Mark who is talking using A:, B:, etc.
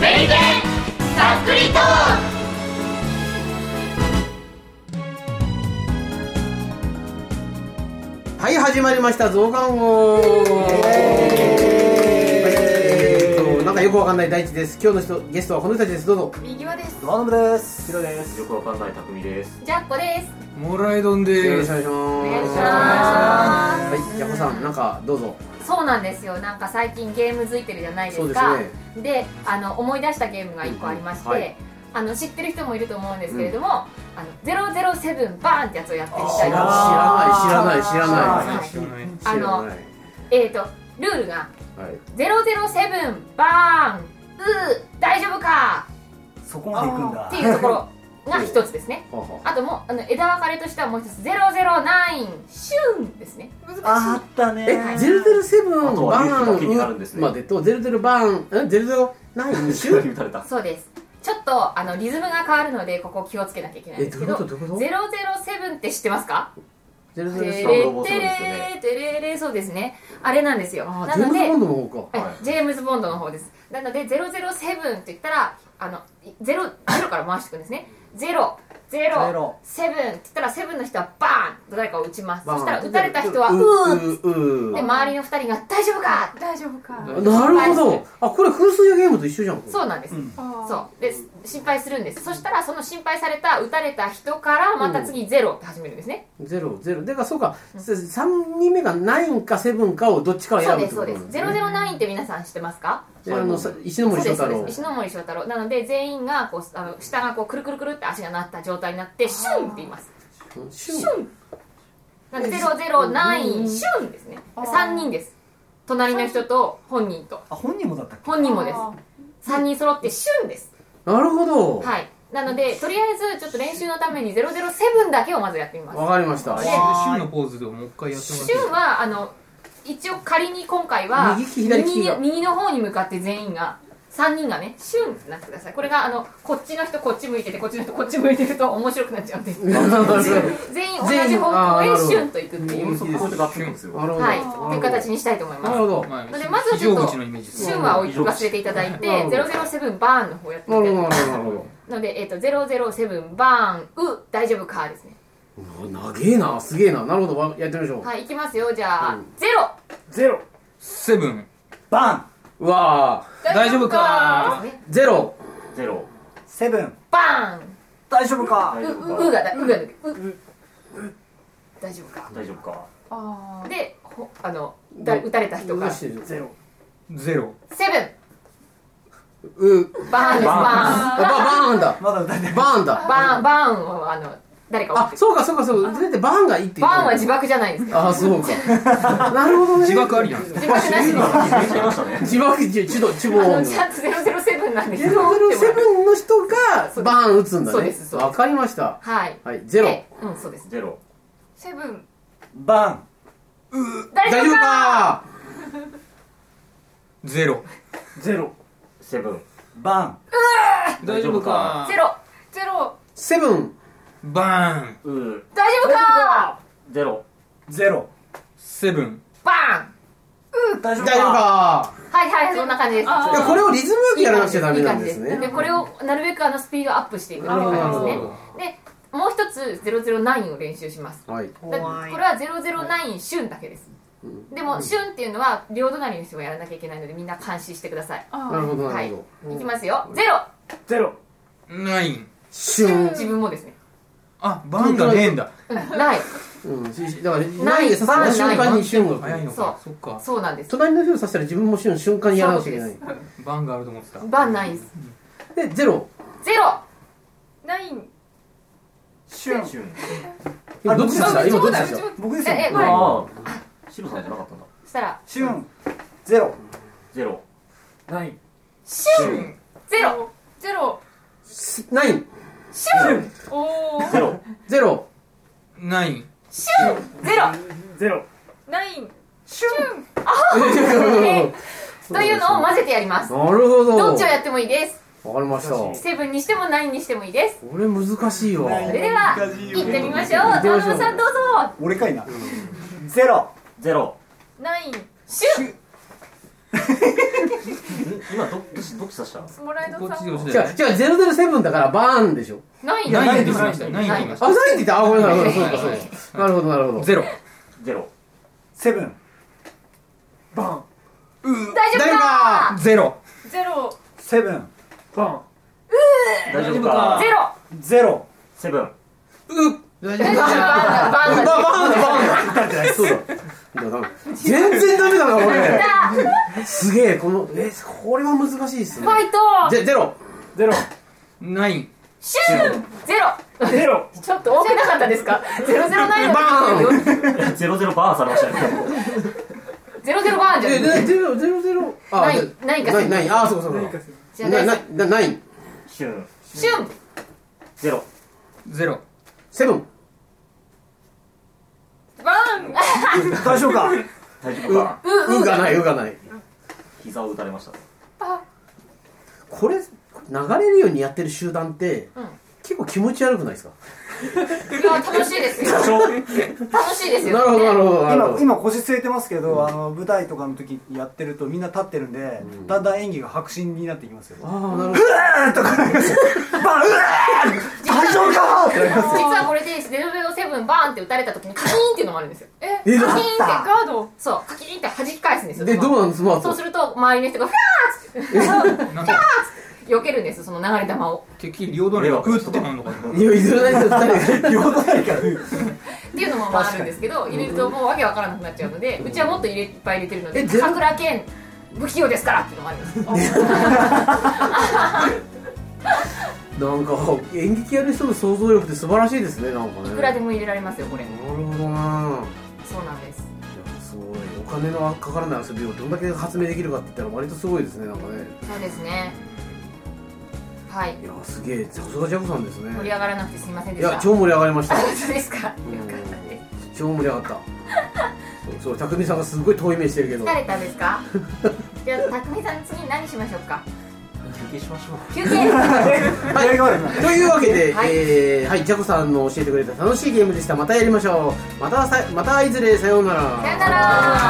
A: メリケンさっくりトー
B: はい始まりました増刊号えーっとなんかよくわかんない大地です今日の人ゲストはこの人たちですどうぞ
A: 右輪です
C: マノムです。ヒロです。
D: よくわかんない匠です。
A: ジャッコです
E: もらいどん
B: よ
E: で
B: ろ
E: ー
B: しく
E: す。
B: お願いします
A: お願いします
B: はいじゃこさんなんかどうぞ
A: そうなんですよなんか最近ゲームづいてるじゃないで
B: そう
A: す
B: です
A: か
B: ね
A: で,、あの思い出したゲームが1個ありまして、
B: うんうんはい
A: あの知ってる人もいると思うんですけれども、あの007バーンってやつをやってみ
B: 知
A: たい
B: ら
A: と思います
B: ない知らない
A: はい
E: 知らない。
B: 知らない知ら
A: あの
B: ない
A: えーとルールが
B: はい
A: 007バーンうー大丈夫か
C: そこまで行くんだ
A: って。いうところが一つですね
B: はは
A: あともうあの枝分かれとしてはもう一つ009シュンですね
C: あったね。
B: え、ゼロゼロセブン
D: あと
B: バ
D: は言うだけになるんです
B: ーン
D: ね
B: までとゼロゼロバーンゼロゼロナインシ ュ
D: に打たれた。
A: そうですちょっとあのリズムが変わるのでここ気をつけなきゃいけないん
B: え
A: です
B: どうい
A: け
B: うこ
A: ど
B: とどういうことゼ
A: 007って知ってますかテ
B: ロゼロ
A: レ
B: セ
A: テ
B: ブン
A: レ
D: ロボットのですよね
A: テレレそうですねあれなんですよ
B: あ
A: な
B: ジェー
A: ので
B: ムズボンドの方か
A: はい
D: はい
A: ジェームズ・ボンドの方ですなので007って言ったらあのゼロゼロから回していくんですねゼロゼ
C: ゼ
A: ロ
C: ロ
A: セブンって言ったらセブンの人はバーンと誰かを撃ちます
B: バー
A: そ
B: ン
A: したら撃たれた人は
B: う
A: うーっつっ
B: うう
A: て周りの2人が「大丈夫か!」
F: 大丈夫か。
B: うなるほどあこれ風水やゲームと一緒じゃん
A: そうなんです、
C: うん
F: そ
A: そうで心配するんですそしたらその心配された撃たれた人からまた次ゼロって始めるんですね、
B: ゼロゼロでかそうか、三人目がナインかセブンかをどっちかを
A: そうで
B: 選ぶって
A: す
B: こ
A: そうで
B: とな
A: す
B: んですね
A: 009って皆さん知ってますか
B: であのさ石ノ森
A: そうですそ
B: 章
A: う
B: 太郎
A: です石ノ森章太郎なので全員がこうあの下がこうくるくるくるって足がなった状態になってシュンって言います
B: シュン
A: なので009シュンですね
F: あー
A: 3人です隣の人と本人と
C: あ、本人もだったっけ。
A: 本
F: う。
A: 人もです3人揃ってシュンです
B: なるほどわ、
A: はいなのでとりあえずちょっと練習のために007だけをまずやってみます
B: かりました
A: はい
E: シュンのポーズでもう一回やってもらっていい
A: 旬はあの一応仮に今回は
B: 右利き左利き
A: 右
B: が
A: に右の方に向かって全員が3人がね旬になってくださいこれがあのこっちの人こっち向いててこっちの人こっち向いてると面白くなっちゃうんで全員同じ方向へ旬と行くってい
B: 全
A: う
B: 員
D: そこで合ってるんです
B: なる
D: よ。
B: ほど
A: はい
B: なるほど
A: という形にしたいと思い
B: なる
A: ま
B: ほど
E: まあ
A: のでまずはちょっと
E: 非常口のイメージです
A: す旬は置い忘れていただいて
B: なるほど
A: 007バーンの方やって
B: な
A: み
B: る
A: て
B: ほどなるほど
A: ので、えっと007バーンう大丈夫かですね
B: な長えなすげえななるほどわやってみましょう、
A: はいいきますよじゃあ、
B: うん
A: ゼロ
B: ゼロ
E: セブン。
C: バン。
B: うわー
E: 大丈夫か
A: ですね
B: ゼロ
D: ゼロ。
C: セブン。
A: バーン
C: 大丈夫か
D: 大。
A: う
D: 丈夫
A: うう
D: か。
A: がだうが抜けうう大丈夫か
D: 大丈夫か。
F: ああ。
A: でほあのだ撃たれた人がセ
B: ゼロ
E: ゼロ。
A: ブ
B: う
A: ンバーンですバーン
B: あババーンだ
C: まだ歌ってない。
B: バーンだ
A: バーンバーンをあの誰か
B: あ
A: 撃って
B: そうかそうかそうかだってバーンがいいって
A: バ
B: 言
A: ー
B: ったの
A: ンは自爆じゃないですか
B: あそうかなるほどね
E: 自爆ありなんですか
A: 自爆なしです
D: 気づいちゃいましたね。
B: 自爆自ちょっとちぼ
A: あのちゃんと007なんです
B: ゼロゼロセブンの人がバーン打つんだね。
A: そうですそうです
B: わかりました。
A: はい
B: はい、ゼロ。
A: でうんそうです
D: ゼロ。
F: セブン。
C: バン。
A: 大丈夫か
B: か
E: ゼロ。
C: ゼロ。
D: セブン。
C: バン。
E: 大丈夫か
A: ゼロ
F: ゼロ。
B: セブン、
E: バーン。
D: うー。
A: 大丈夫か
D: ゼロ。
C: ゼロ。
E: セブン。
A: バーン
C: 大丈
B: 大
C: 夫か。
B: 丈夫か
A: はいはいそんな感じです
F: あ
B: いや、これをリズムよくやらなくちゃダメなんです
A: いい感じ
B: ね
A: で。これをなるべくあのスピードアップしていくっていう感じですねでもう一つ009を練習します
B: はい。
A: だこれは009旬だけですでも旬っていうのは両隣の人がやらなきゃいけないのでみんな監視してください
B: なる
F: あ
B: ほど、な
A: はい
B: る
A: い
B: ほど。
A: きますよゼロ
C: ゼロ。
E: ナイン。
B: シュン。
A: 自分もですね
E: あ、バーンが変だ。
A: うん ない
B: うん、ししだから、ないで刺された瞬間にシュンが
E: 早
B: 来
E: い
B: る。
E: のか。そっか。
A: そうなんです
B: 隣の人を刺したら自分もシュン瞬間にやらなくちゃいけない。
E: バーンがあると思ってた。
A: バンないです
B: で、ゼロ。
A: ゼロ
F: ナイン。
C: シュン。
D: シュン。
B: 今
C: あ
B: どっちでした
C: そう
B: 今どっちでした
F: た。
C: 僕ですよ。
A: ええ
D: あ
A: はい
D: あー。シロさんじゃなかったんだ。
A: そしたら
C: シュン。ゼロ。
D: ゼロ。
C: ナイン。
A: シュンゼロ
F: ゼロ。
B: すナイン、
A: シュン
F: おお。
D: ゼロ。
B: ゼロ。
E: ナイン。
A: シュンゼロ
C: ゼロ。
F: ナイン。シュン。
A: というのを混ぜてやります
B: なるほど。
A: どっちをやってもいいです
B: わかりました。こ
A: セブンにしてもナインにしてもいいです
B: れ難しいわ。
A: それでは
C: 難しいよ
A: 行ってみましょう
B: 行ってみ
A: ド
B: ましょう
A: ムさんどうぞ
C: 俺かいな。ゼロ。
D: ゼロ。
F: ナイン。
A: シュン
D: ん今どどっちどっち刺した
F: スモライドさん
E: こっちで押し
F: も
E: て
B: じゃあ、じゃあ007だからバーンでしょ。
A: ナイン
E: ナイ
A: で
E: ンですす
A: ね
E: ねナインで言いまし
B: あ、
E: た
B: ないって言った。あ、ごめんな さい。そうか、そうか。なるほど、なるほど。
E: ゼロ
D: ゼロ
C: セブンバン
F: 大丈夫か
E: ゼロ
F: ゼロ
C: セブンバン
D: 大丈夫か
A: ゼロ
C: ゼロ
D: セブン
B: 大
A: バンだバン
B: 丈
A: だ
B: バーンだ、バーンだ。そうだ。だから 全然ダメだな、これ。すげえ、この、え、これは難しいっ
A: フ
B: すね。
A: ァイト
B: じゃ、ゼロ。
C: ゼロ
E: ナイン
A: シュンゼロ
C: ゼロ
A: ちょっと多くなかったですかゼロゼロナイン
B: バ
A: ン
D: ゼロゼロバーンされましたね
A: ゼロゼロバーンじゃ
B: え、
A: ん
B: でゼロ、ゼロ、ゼロ。あ、
A: ない
B: じゃ
A: ないか
B: ない、ない。あ、そうかそうか。
A: じゃあ
B: な、な、な、ない。
D: シュン
A: シュン
D: ゼロ
E: ゼロ
B: セブン。
F: バン
C: 大丈夫か
D: 大丈夫か
A: う
B: うがない、うがない。
D: 膝を打たれました
B: これ、流れるようにやってる集団って
A: うん、
B: 結構気持ち悪くないですか
A: いや楽しいですよ
D: 多少
A: 楽しいですよ
B: なるほど、なるほど。なるほ
C: 今
B: ど
C: 今腰据えてますけど、あの舞台とかの時やってるとみんな立ってるんで、だんだん演技が白真になっていきますよ
B: ああ、なるほど。
C: バンうわー 大丈夫かってなります
A: 実はこれで007バーンって打たれた時にカキーンっていうのもあるんですよ
F: え
B: え
F: カ
B: だ
F: キーンってガード
A: そうカキーンって弾き返すんですよ
B: で、どうなんですか
A: そうすると周りの人がファーッつっ
E: なんか
A: て避けるんですよその流れ玉を
E: 敵両隣がうってなんのかない
B: や、いずれないですよ、二人が。
C: 両隣から
A: っていうのもまああるんですけど入れるともうわけわからなくなっちゃうのでうちはもっと入れいっぱい入れてるので
B: えゼロ
A: 高倉健不器用ですからっていうのもあるんですよ
B: なんか、演劇やる人の想像力って素晴らしいですね、なんかね。
A: いくらでも入れられますよこれ
B: なるほどな
A: そうなんです
B: ぁ。すごい。お金のかからない遊びをどんだけ発明できるかって言ったら割とすごいですね、なんかね。
A: そうですねはい
B: いや、すげえ。さすがジャコさんですね。
A: 盛り上がらなくてすみません
B: い
A: でした
B: や、超盛り上がりました
A: あ。本当ですかよかったです
B: 超盛り上がった。そう、匠さんがすごい遠い目してるけど。
A: 疲れたですかじゃあ匠さん次何しましょうか
D: 休憩しましょう
A: 休憩
C: 左側ですね
B: というわけで、
A: はい
B: えーはい、ジャコさんの教えてくれた楽しいゲームでした。またやりましょう。またさ、またいずれ、さようなら。
A: さよなら